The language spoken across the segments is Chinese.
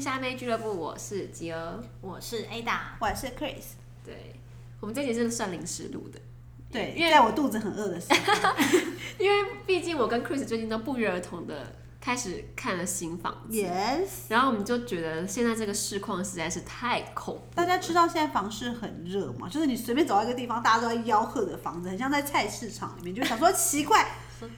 虾妹俱乐部，我是吉儿。我是 Ada，我是 Chris。对，我们这集是算临时录的，对，因为在我肚子很饿 的时候，因为毕竟我跟 Chris 最近都不约而同的开始看了新房子 yes，然后我们就觉得现在这个市况实在是太恐怖大家知道现在房市很热嘛，就是你随便走到一个地方，大家都在吆喝的房子，很像在菜市场里面，就想说奇 怪，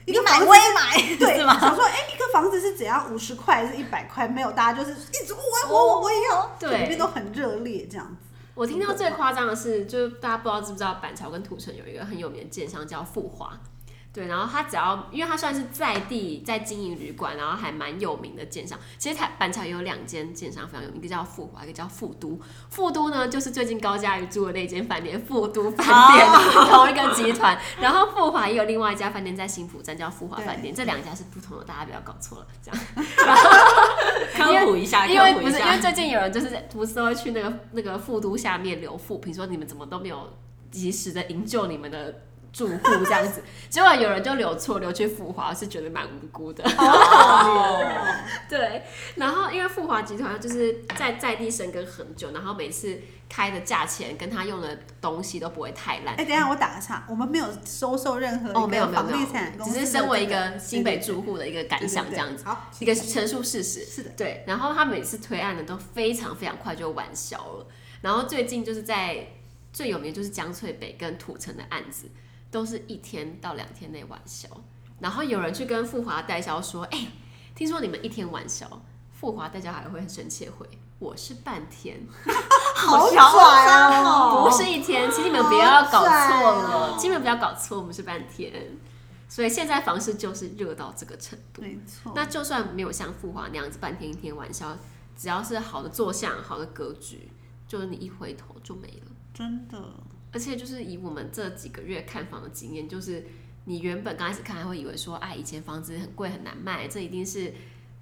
一个房子我也买，对，是吗？想说哎、一个房子是怎样五十块还是一百块？没有，大家就是一直我要我我我也要，哦对里面都很热烈这样子。我听到最夸张的是，就是大家不知道知不知道，板桥跟土城有一个很有名的建商叫富华，对，然后他只要，因为他算是在地在经营旅馆，然后还蛮有名的建商。其实台板桥也有两间建商非常有名，一个叫富华，一个叫富都。富都呢，就是最近高佳瑜住的那间饭店，富都饭店、同一个集团。然后富华也有另外一家饭店在新浦站，叫富华饭店。这两家是不同的，大家不要搞错了，这样。然后科普一下，因为科普不一是因为下。最近有人就是不是都会去那个那个副都下面留副评，说你们怎么都没有及时的营救你们的住户这样子， 结果有人就留错留去富华，是觉得蛮无辜的。 哦，对，然后因为富华集团就是在在地生根很久，然后每次开的价钱跟他用的东西都不会太烂 哎、。等一下我打个岔，我们没有收受任何哦，一没有个没有房没有地产，公司只的这，是身为一个新北对住户的一个感想这样子。。对对对对好，一个陈述事实。是的对。然后他每次推案的都非常非常快就完销了。然后最近就是在最有名就是江翠北跟土城的案子，都是一天到两天内完销。然后有人去跟富华代销说：“哎、听说你们一天完销。”富华代销还会很生气地回：“我是半天，好小拽哦，啊不是一天，请你们不要搞错好了，帅哦请你们不要搞错，我们是半天。”所以现在房市就是热到这个程度。没错。那就算没有像富华那样子半天一天玩笑，只要是好的坐向、好的格局，就是你一回头就没了。真的，而且就是以我们这几个月看房的经验，就是你原本刚开始看还会以为说，哎，以前房子很贵很难卖，这一定是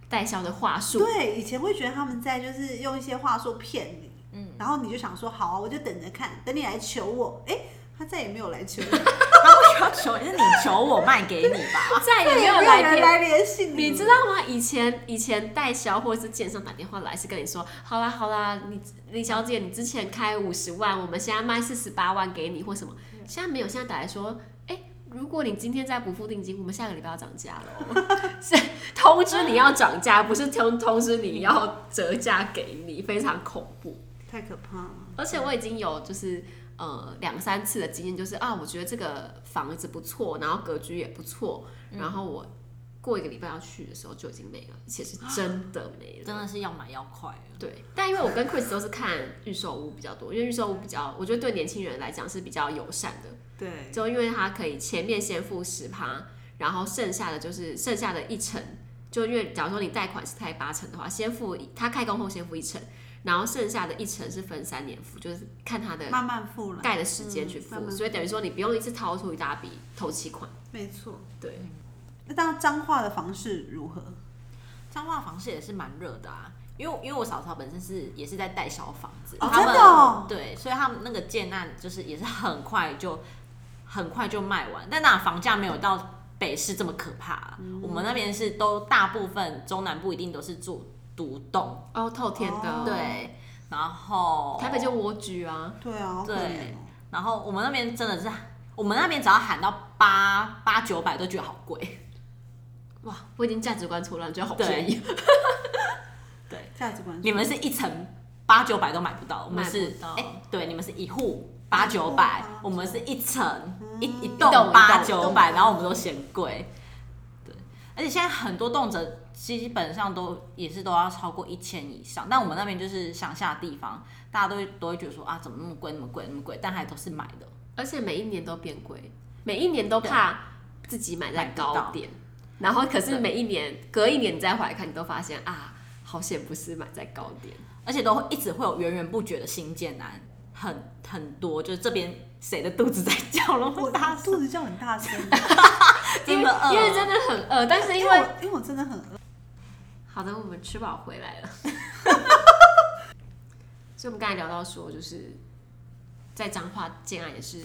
代销的话术。对，以前会觉得他们在就是用一些话术骗你，嗯嗯，然后你就想说好啊，我就等着看，等你来求我，哎、他再也没有来求你，他要求是你求我卖给你吧，啊再也再没也有没有来人电。来联系你，你知道吗？以前以前代销或者是建商打电话来是跟你说，好啦好啦，你李小姐，你之前开五十万，我们现在卖四十八万给你或什么，现在没有，现在打来说，哎、如果你今天再不付定金，我们下个礼拜要涨价喽，是通知你要涨价，不是通通知你要折价给你，非常恐怖。太可怕了，而且我已经有就是呃两三次的经验，就是啊，我觉得这个房子不错，然后格局也不错，然后我过一个礼拜要去的时候就已经没了，而且是真的没了，真的是要买要快了。对，但因为我跟 Chris 都是看预售屋比较多，因为预售屋比较，我觉得对年轻人来讲是比较友善的，对，就因为它可以前面先付十趴，然后剩下的就是剩下的一成，就因为假如说你贷款是贷八成的话，先付一他开工后先付一成，然后剩下的一成是分三年付，就是看他的慢慢付了，盖的时间去嗯慢付，慢所以等于说你不用一次掏出一大笔头期款。没错。对，那当彰化的房市如何？彰化房市也是蛮热的啊，因为因为我嫂嫂本身是也是在代销房子，哦他们真的哦对，所以他们那个建案就是也是很快就很快就卖完，但那房价没有到北市这么可怕、啊我们那边是都大部分中南部一定都是住独栋，哦，透天的，哦对，然后台北就蜗居啊，对啊，好可怜对哦，然后我们那边真的是，我们那边只要喊到八八九百都觉得好贵，哇，我已经价值观错乱，觉得好对便宜，价值观。你们是一层八九百都买不到，我们买是哎不到啊对，你们是一户八九百，我们是一层一一嗯一栋栋八一栋九百，然后我们都嫌贵，对，而且现在很多动辄基本上都也是都要超过一千以上，但我们那边就是乡下地方，大家都会都会觉得说啊，怎么那么贵，那么贵，那么贵，但还都是买的，而且每一年都变贵，每一年都怕自己买在买不到高点，然后可是对每一年隔一年你再回来看，你都发现啊，好险不是买在高点。而且都一直会有源源不绝的新建案，很很多，就是这边谁的肚子在叫了，我大大声，肚子叫很大声，因真为的饿，因为真的很饿，但是因因为为我因为我真的很饿，好的，我们吃饱回来了。所以我们刚才聊到说，就是在彰化建案也是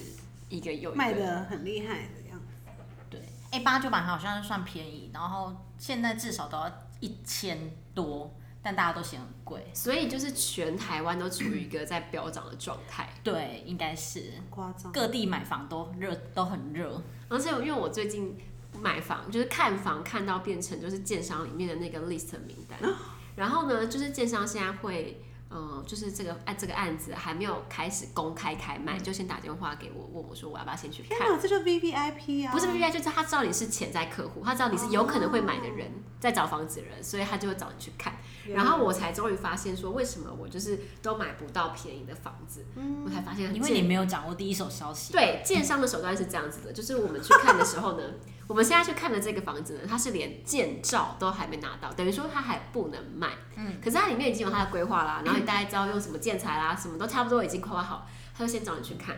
一个又一卖个，的很厉害的样子。对，哎、八九百好像算便宜，然后现在至少都要一千多，但大家都嫌很贵。所以就是全台湾都处于一个在飙涨的状态。对，应该是夸张。各地买房都热，都很热。而且因为我最近买房，就是看房看到变成就是建商里面的那个 list 名单，哦然后呢，就是建商现在会。嗯，就是这个案这个案子还没有开始公开开卖，就先打电话给我，问我说我要不要先去天看。哪，这就 V V I P 啊！不是 B I，就是他知道你是潜在客户，他知道你是有可能会买的人，在找房子的人，所以他就会找你去看。然后我才终于发现说，为什么我就是都买不到便宜的房子，我才发现，因为你没有掌握第一手消息。对建商的手段是这样子的，就是我们去看的时候呢， 我们现在去看的这个房子呢，它是连建照都还没拿到，等于说它还不能卖。嗯，可是它里面已经有它的规划嗯啦，然后你大概知道用什么建材啦，什么都差不多已经规划好，他就先找你去看。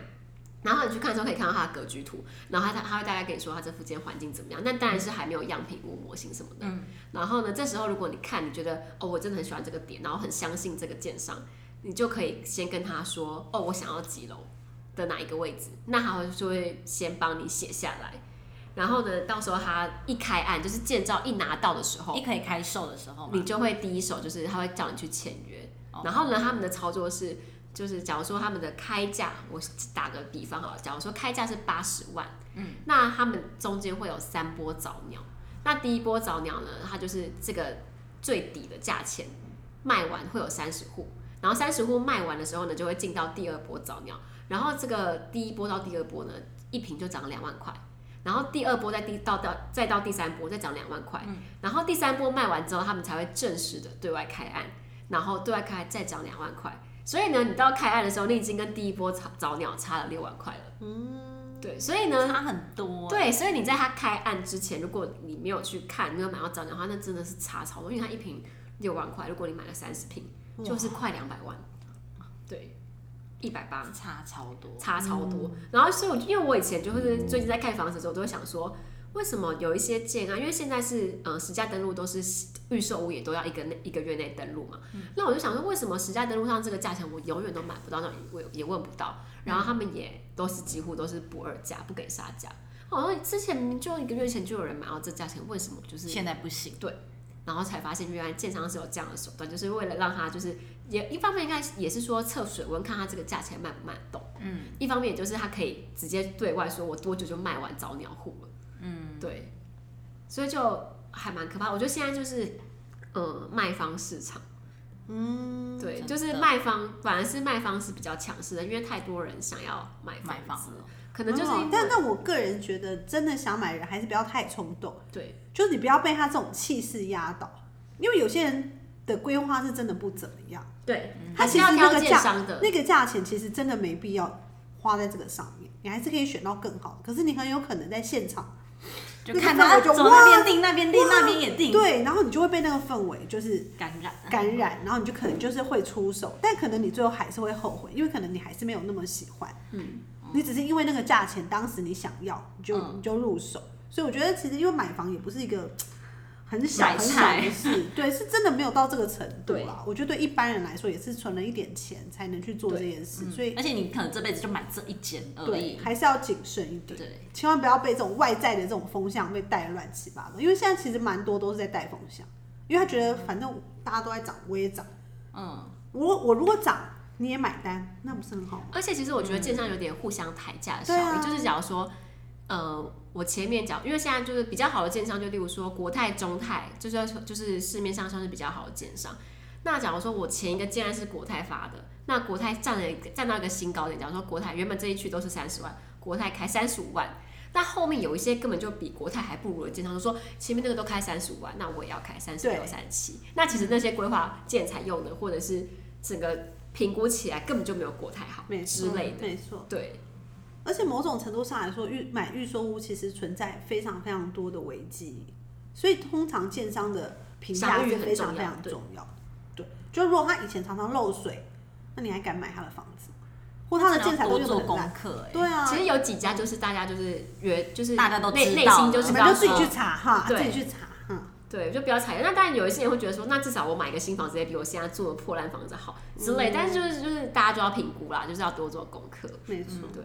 然后你去看的时候可以看到它的格局图，然后他他会大概跟你说它这附近环境怎么样，那当然是还没有样品屋模型什么的。嗯、然后呢，这时候如果你看你觉得哦我真的很喜欢这个点，然后很相信这个建商，你就可以先跟他说哦我想要几楼，的哪一个位置，那他会就会先帮你写下来，然后呢，到时候他一开案就是建造一拿到的时候一，可以开售的时候嘛，你就会第一手就是他会叫你去签约，哦然后呢，他们的操作是就是假如说他们的开价，我打个比方好了，假如说开价是八十万，嗯，那他们中间会有三波早鸟，那第一波早鸟呢，它就是这个最底的价钱，卖完会有三十户，然后三十户卖完的时候呢，就会进到第二波早鸟，然后这个第一波到第二波呢，一瓶就涨两万块。然后第二波再第到到再到第三波再涨两万块，嗯然后第三波卖完之后，他们才会正式的对外开案，然后对外开案再涨两万块。所以呢，你到开案的时候，你已经跟第一波早早鸟差了六万块了。嗯，对，所以呢，差很多。啊对，所以你在它开案之前，如果你没有去看，没有买到早鸟的话，那真的是差超多，因为它一瓶六万块，如果你买了三十瓶，就是快两百万，对，一百八。啊差超多。差超多。然后，所以我因为我以前就是最近在看房子的时候，我都会想说，为什么有一些建案，因为现在是呃实价登录都是预售屋也都要一个内一个月内登录嘛，那我就想说，为什么实价登录上这个价钱我永远都买不到，那我也也问不到，然后他们也都是几乎都是不二价，不给杀价。好像之前就一个月前就有人买到这价钱，为什么就是现在不行，然后才发现原来建商是有这样的手段，就是为了让他就是也一方面应该也是说测水温，看他这个价钱卖不卖得动，嗯，一方面也就是他可以直接对外说我多久就卖完早鸟户了，嗯，对，所以就还蛮可怕。我觉得现在就是呃卖方市场，嗯，对，真的就是卖方反而是卖方是比较强势的，因为太多人想要买买房房子，了，可能就是哦因为、但但我个人觉得，真的想买人还是不要太冲动，对就是你不要被他这种气势压倒，因为有些人的规划是真的不怎么样，对，他还是其实要那挑个建价商的，那个价钱其实真的没必要花在这个上面，你还是可以选到更好的，可是你很有可能在现场就那个看氛他围就走哇那边定那边定那边也定，对，然后你就会被那个氛围就是感染。啊感染，然后你就可能就是会出手，但可能你最后还是会后悔，因为可能你还是没有那么喜欢，嗯，你只是因为那个价钱当时你想要，你就、你就入手，所以我觉得其实因为买房也不是一个很小买很小菜的事，对，是真的没有到这个程度啊对啦。我觉得对一般人来说也是存了一点钱才能去做这件事，所以而且你可能这辈子就买这一间而对已。还是要谨慎一点。对，千万不要被这种外在的这种风向被带得乱七八糟，因为现在其实蛮多都是在带风向，因为他觉得反正大家都在涨，我也涨，嗯，我我如果涨你也买单，那不是很好吗？而且其实我觉得建商有点互相抬价的效嗯对应，啊就是假如说，呃，我前面讲，因为现在就是比较好的建商，就例如说国泰、中泰，就是要就是市面上算是比较好的建商。那假如说我前一个建案是国泰发的，那国泰占了一个占到一个新高点，假如说国泰原本这一区都是三十万，国泰开三十五万。那后面有一些根本就比国泰还不如的建商，就说前面那个都开三十五万，那我也要开三十六、对三七。那其实那些规划建材用的，或者是整个评估起来根本就没有国泰好没之错类的。没错。对，而且某种程度上来说，预买预售屋其实存在非常非常多的危机，所以通常建商的评价商誉是很非常重非要常对重要的。对，就如果他以前常常漏水，那你还敢买他的房子？或他的建材多都用做的很功烂？课，哎，对啊，其实有几家就是大家就是约，就是大家都内知内道心就了知你道们说，就自己去查哈，自对己去查哈。对，就不要踩。那当然有一些人会觉得说，那至少我买一个新房子也比我现在住的嗯破烂房子好之类。但是就是就是大家就要评估啦，就是要多做功课。没错，对，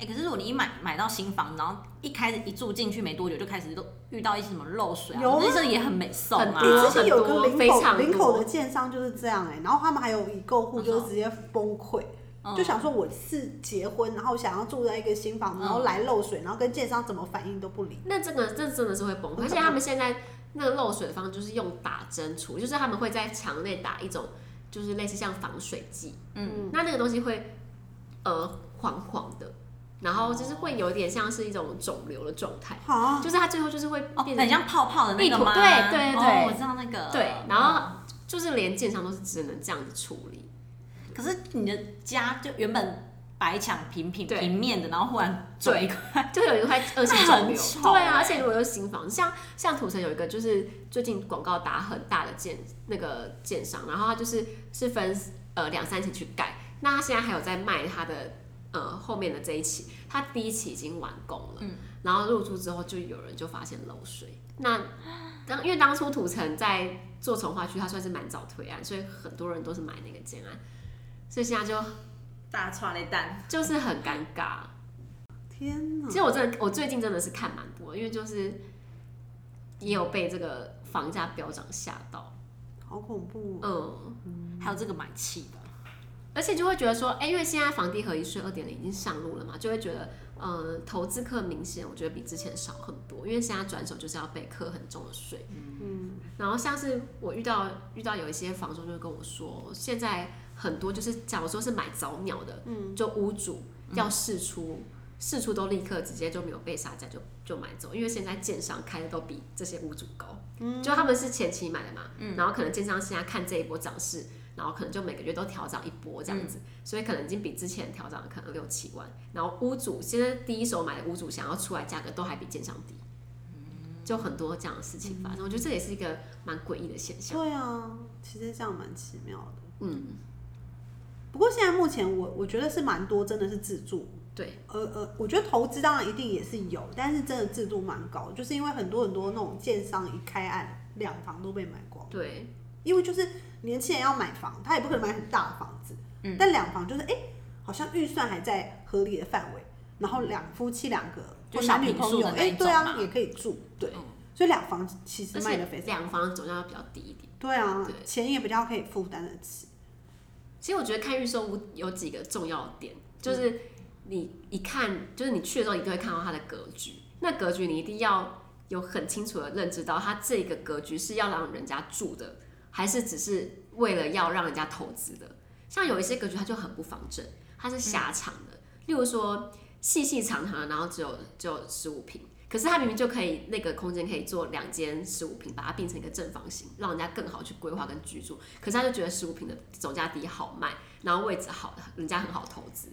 哎、可是如果你一买买到新房，然后一开始一住进去没多久就开始都遇到一些什么漏水啊，有啊那这也很美送啊很。哎多哎之前有很个多林非口常林口多的建商就是这样哎、然后他们还有已购户就嗯是直接崩溃，嗯就想说我是结婚，然后想要住在一个新房，然后来漏水，然后跟建商怎么反应都不理。那这个这真的是会崩溃， 而且他们现在那个漏水的方式就是用打针除，就是他们会在墙内打一种就是类似像防水剂，嗯，那那个东西会呃黄黄的，然后就是会有点像是一种肿瘤的状态，好，就是它最后就是会哦，变很成像泡泡的那个吗？一坨对对对哦，我知道那个。对，然后就是连建商都是只能这样子处理，可是你的家就原本白墙平平对平面的，然后忽然肿一块，就会有一块恶性肿瘤那很。丑对啊，欸而且如果有新房，像像土城有一个就是最近广告打很大的建那个建商，然后他就是是分呃两三期去盖，那他现在还有在卖他的呃后面的这一期，他第一期已经完工了，嗯然后入住之后就有人就发现漏水，那当因为当初土城在做从化区，他算是蛮早推案，所以很多人都是买那个建案，所以现在就大串了蛋。就是很尴尬。天哪其！实我真的，我最近真的是看蛮多的，因为就是也有被这个房价飙涨吓到，好恐怖、哦！嗯，还有这个买气的，而且就会觉得说，哎、因为现在房地合一税二点零已经上路了嘛，就会觉得，嗯，投资客明显我觉得比之前少很多，因为现在转手就是要被课很重的税，嗯，然后像是我遇到遇到有一些房东就会跟我说，现在很多就是假如说是买早鸟的，嗯，就屋主要试出。试出都立刻直接就没有被杀价就就买走，因为现在建商开的都比这些屋主高，就他们是前期买的嘛，然后可能建商现在看这一波涨势，然后可能就每个月都调涨一波这样子，所以可能已经比之前调涨了可能六七万，然后屋主现在第一手买的屋主想要出来价格都还比建商低，就很多这样的事情发生，我觉得这也是一个蛮诡异的现象，对啊，其实这样蛮奇妙的。嗯，不过现在目前我我觉得是蛮多，真的是自住对，呃呃，我觉得投资当然一定也是有，但是真的制度蛮高，就是因为很多很多那种建商一开案，两房都被买光，对，因为就是年轻人要买房，他也不可能买很大的房子，嗯，但两房就是哎、好像预算还在合理的范围，然后两夫妻两个就或小男女平朋数友，的哎、那一对种啊，嘛也可以住，对，嗯所以两房其实哦而卖且的非常，两房总价比较低一点。对啊，对钱也比较可以负担得起，其实我觉得看预售屋有几个重要点，就是你一看，就是你去的时候，你就会看到它的格局。那格局你一定要有很清楚的认知到，它这个格局是要让人家住的，还是只是为了要让人家投资的。像有一些格局它就很不方正，它是狭长的，例如说细细长长的，然后只有只有十五平。可是它明明就可以，那个空间可以做两间十五平，把它变成一个正方形，让人家更好去规划跟居住。可是他就觉得十五平的总价低好卖，然后位置好，人家很好投资，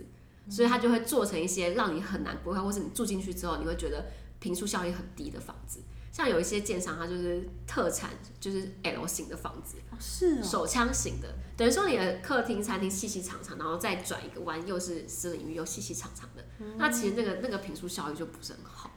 所以他就会做成一些让你很难规划，或是你住进去之后你会觉得平数效益很低的房子。像有一些建商，它就是特产就是 L 型的房子，哦是哦，手枪型的，等于说你的客厅、餐厅细细长长，然后再转一个弯，又是私领域又细细长长的，那其实那个那个平数效益就不是很好。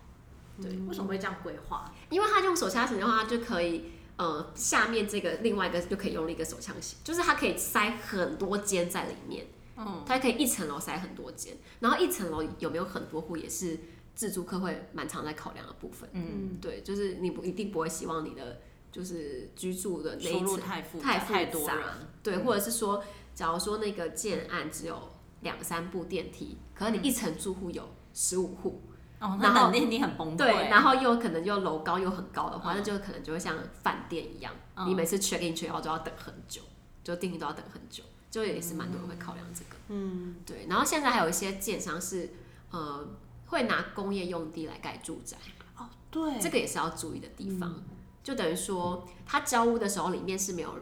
为什么会这样规划？因为它用手枪型的话，它就可以，呃，下面这个另外一个就可以用一个手枪型，就是它可以塞很多间在里面，嗯，它可以一层楼塞很多间，然后一层楼有没有很多户也是自住客会蛮常在考量的部分，嗯，对，就是你不一定不会希望你的就是居住的那收一入层，太复太复杂太多人，对，或者是说，假如说那个建案只有两三部电梯，可能你一层住户有十五户，哦，然后那肯定很崩溃。啊对，然后又可能又楼高又很高的话，那就可能就会像饭店一样，嗯你每次 check in check out 都要等很久，就订都要等很久，就也是蛮多人会考量这个。嗯，对。然后现在还有一些建商是呃会拿工业用地来盖住宅，哦对，这个也是要注意的地方。就等于说，他交屋的时候里面是没有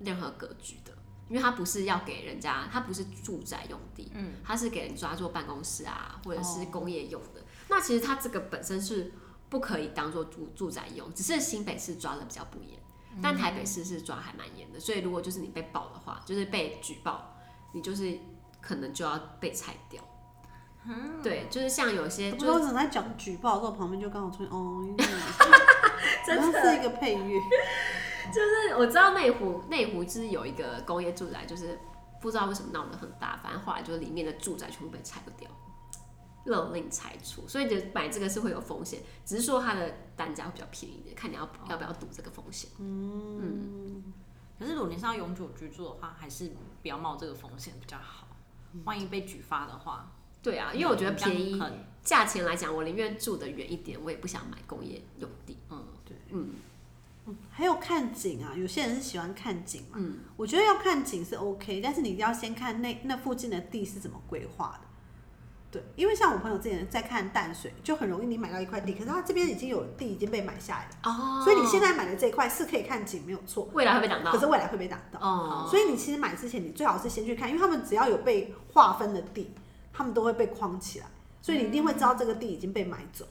任何格局的，因为它不是要给人家，它不是住宅用地，嗯，它是给人抓做办公室啊，或者是哦工业用的。那其实它这个本身是不可以当做住住宅用，只是新北市抓的比较不严，嗯但台北市是抓还蛮严的。所以如果就是你被爆的话，就是被举报，你就是可能就要被拆掉。对，就是像有些我不就知道是为什么在讲举报的时候，旁边就刚好出现哦，因为真的好像是一个配乐，就是我知道内湖内湖就是有一个工业住宅，就是不知道为什么闹得很大，反正后来就是里面的住宅全部被拆掉，勒令拆除，所以就买这个是会有风险，只是说它的单价会比较便宜一点，看你哦要要不要赌这个风险。可是如果你是要永久居住的话，还是不要冒这个风险比较好。嗯万一被举发的话，对啊，因为我嗯觉得便宜这样很价钱来讲，我宁愿住的远一点，我也不想买工业用地。还有看景啊，有些人是喜欢看景嘛。嗯我觉得要看景是 OK，但是你一定要先看那那附近的地是怎么规划的。对，因为像我朋友之前在看淡水，就很容易你买到一块地，可是他这边已经有地已经被买下来了，嗯哦所以你现在买的这一块是可以看景没有错，未来会被挡到可是未来会被挡到。哦，所以你其实买之前，你最好是先去看，因为他们只要有被划分的地，他们都会被框起来，所以你一定会知道这个地已经被买走。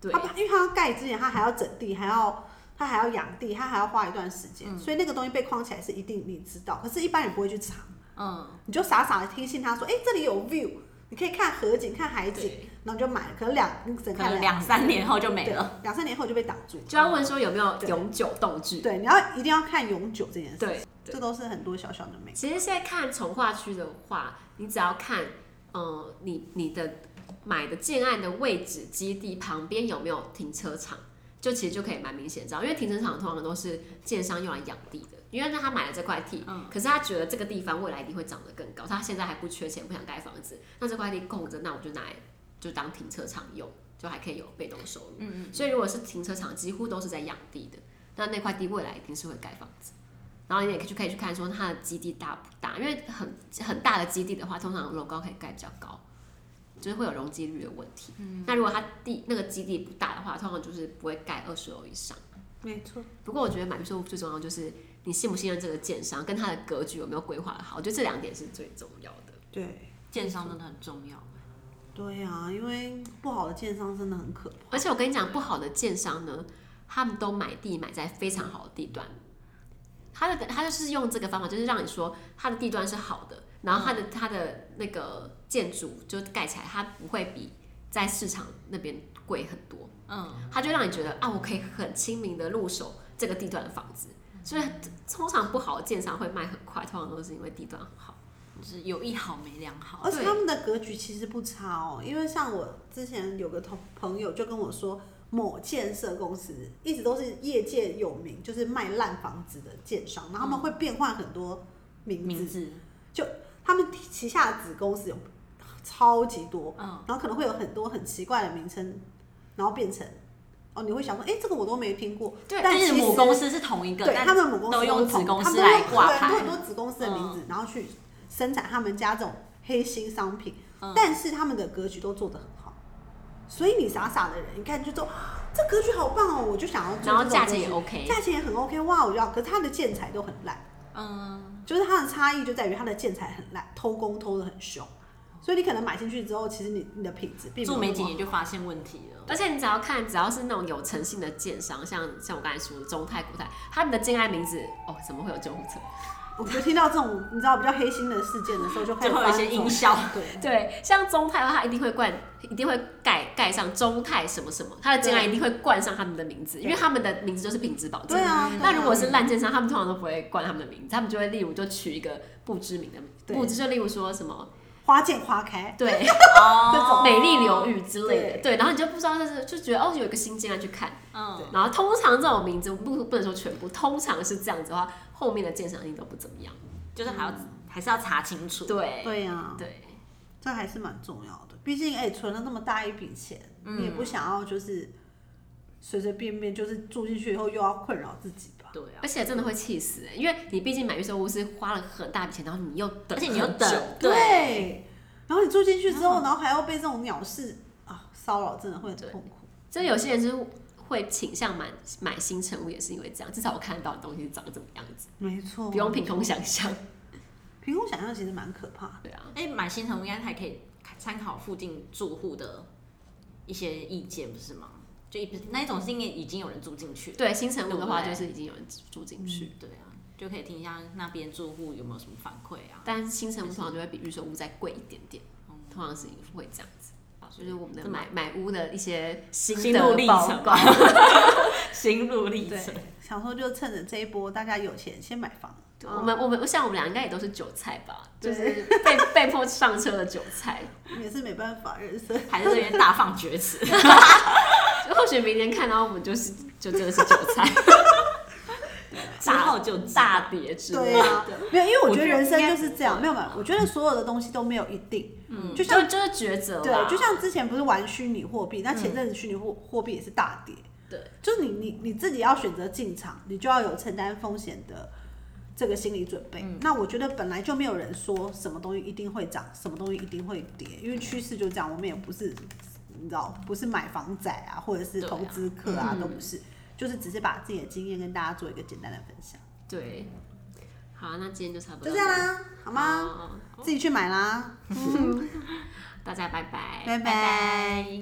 对他，不因为他要盖之前，他还要整地，还要他还要养地，他还要花一段时间，所以那个东西被框起来是一定你知道，可是一般人不会去查，嗯，你就傻傻的听信他说，哎、这里有 view，你可以看河景、看海景，对，然后你就买了，可能两你只能可看能两三年后就没对了。，两三年后就被挡住。就要问说有没有对永久动距？对，你要一定要看永久这件事，对，这都是很多小小的美。其实现在看从化区的话，你只要看，呃，你你的买的建案的位置、基地旁边有没有停车场，就其实就可以蛮明显知道，因为停车场通常都是建商用来养地的，因为那他买了这块地，可是他觉得这个地方未来一定会涨得更高，他现在还不缺钱，不想盖房子，那这块地空着，那我就拿来就当停车场用，就还可以有被动收入。嗯嗯所以如果是停车场，几乎都是在养地的，那那块地未来一定是会盖房子。然后你也可以去可以去看说它的基地大不大，因为很很大的基地的话，通常楼高可以盖比较高，就是会有容积率的问题。嗯、那如果它地那个基地不大的话，通常就是不会盖二十楼以上。没错，不过我觉得买预售屋最重要就是你信不信任这个建商，跟它的格局有没有规划得好，我觉得这两点是最重要的。对。建商真的很重要。对呀、因为不好的建商真的很可怕。而且我跟你讲，不好的建商呢，他们都买地买在非常好的地段，他的他就是用这个方法，就是让你说他的地段是好的，然后他嗯的、他的那个建筑就盖起来，它不会比在市场那边贵很多，嗯，他就让你觉得啊，我可以很亲民的入手这个地段的房子。所以通常不好的建商会卖很快，通常都是因为地段很好。就是有一好没两好。而且对他们的格局其实不差哦，因为像我之前有个同朋友就跟我说，某建设公司一直都是业界有名，就是卖烂房子的建商，然后他们会变换很多名字，名字，他们旗下的子公司有超级多，嗯，然后可能会有很多很奇怪的名称，然后变成哦，你会想说，哎、这个我都没听过，对但就是其母实公司是同一个，对，但他们母公司都用子同公他司们都来用挂对牌嗯都很多子公司的名字，然后去生产他们家这种黑心商品，嗯但是他们的格局都做得很好，所以你傻傻的人，你看就说 这格局好棒哦，我就想要做这然种后格局，价钱也 OK 价钱也很 OK，哇，我要，可是他的建材都很烂，嗯，就是它的差异就在于它的建材很烂，偷工偷的很凶，所以你可能买进去之后，其实你你的品质并住没没有几那么年就发现问题了。而且你只要看，只要是那种有诚信的建商，像像我刚才说的中泰、国泰，他们的建案名字哦，怎么会有救护车？好，我就听到这种你知道比较黑心的事件的时候，就开始就会有一发些生这种音效，对。对，像中泰的话，它一定会冠，一定会盖盖上中泰什么什么，它的建案一定会冠上他们的名字，因为他们的名字就是品质保证。对啊，对啊那如果是烂建商，他们通常都不会冠他们的名字，他们就会例如就取一个不知名的名，对不知就例如说什么花见花开，对哦这种美丽流域之类的，哦对对，然后你就不知道这是就觉得哦有一个新建案去看，嗯，然后通常这种名字不不能说全部，通常是这样子的话，后面的鉴赏力都不怎么样。就是还要还是要查清楚。对嗯对呀、对这还是蛮重要的。毕竟哎、存了那么大一笔钱，你也不想要就是随随便便就是住进去以后又要困扰自己吧？对啊，而且真的会气死、欸，因为你毕竟买预售屋是花了很大笔钱，然后你又等，而且你又等，对，对。然后你住进去之后，然后还要被这种鸟事啊骚扰，真的会很痛苦。就有些人就是会倾向买买新成屋，也是因为这样。至少我看得到的东西是长怎么样子，没哦错，不用凭空想 象。凭空想象，其实蛮可怕的。对啊，哎，买新城屋应该还可以参考附近住户的一些意见，不是吗？就一那一种是因为已经有人住进去了，对新成屋的话，对就不对是已经有人住进去，对啊，就可以听一下那边住户有没有什么反馈啊。但新成屋通常就会比预售屋再贵一点点，嗯通常是会这样子。就是我们的这么买买屋的一些心心路得历报程告，心路历对，想说就趁着这一波大家有钱先买房，对我们我们我想我们俩应该也都是韭菜吧，就哦对是被被迫上车的韭菜。也是没办法，人生还在这边大放厥词。就或许明年看到我们就是就真的是韭 菜，之后就知道大跌之类对啊的。，没有，因为我我觉得觉得人生应该就是不这样，会没有没有，我觉得所有的东西都没有一定，嗯，就像就就是抉择啦对，就像之前不是玩虚拟货币，那前阵子虚拟货货币也是大跌，对，就是你你你自己要选择进场，你就要有承担风险的这个心理准备。那我觉得本来就没有人说什么东西一定会涨，什么东西一定会跌，因为趋势就这样，我们也不是你知道，不是买房仔啊，或者是对啊投资客啊，都不是，就是只是把自己的经验跟大家做一个简单的分享，对。好，那今天就差不多就这样，啦，好吗？好？自己去买啦，大家拜拜，拜拜。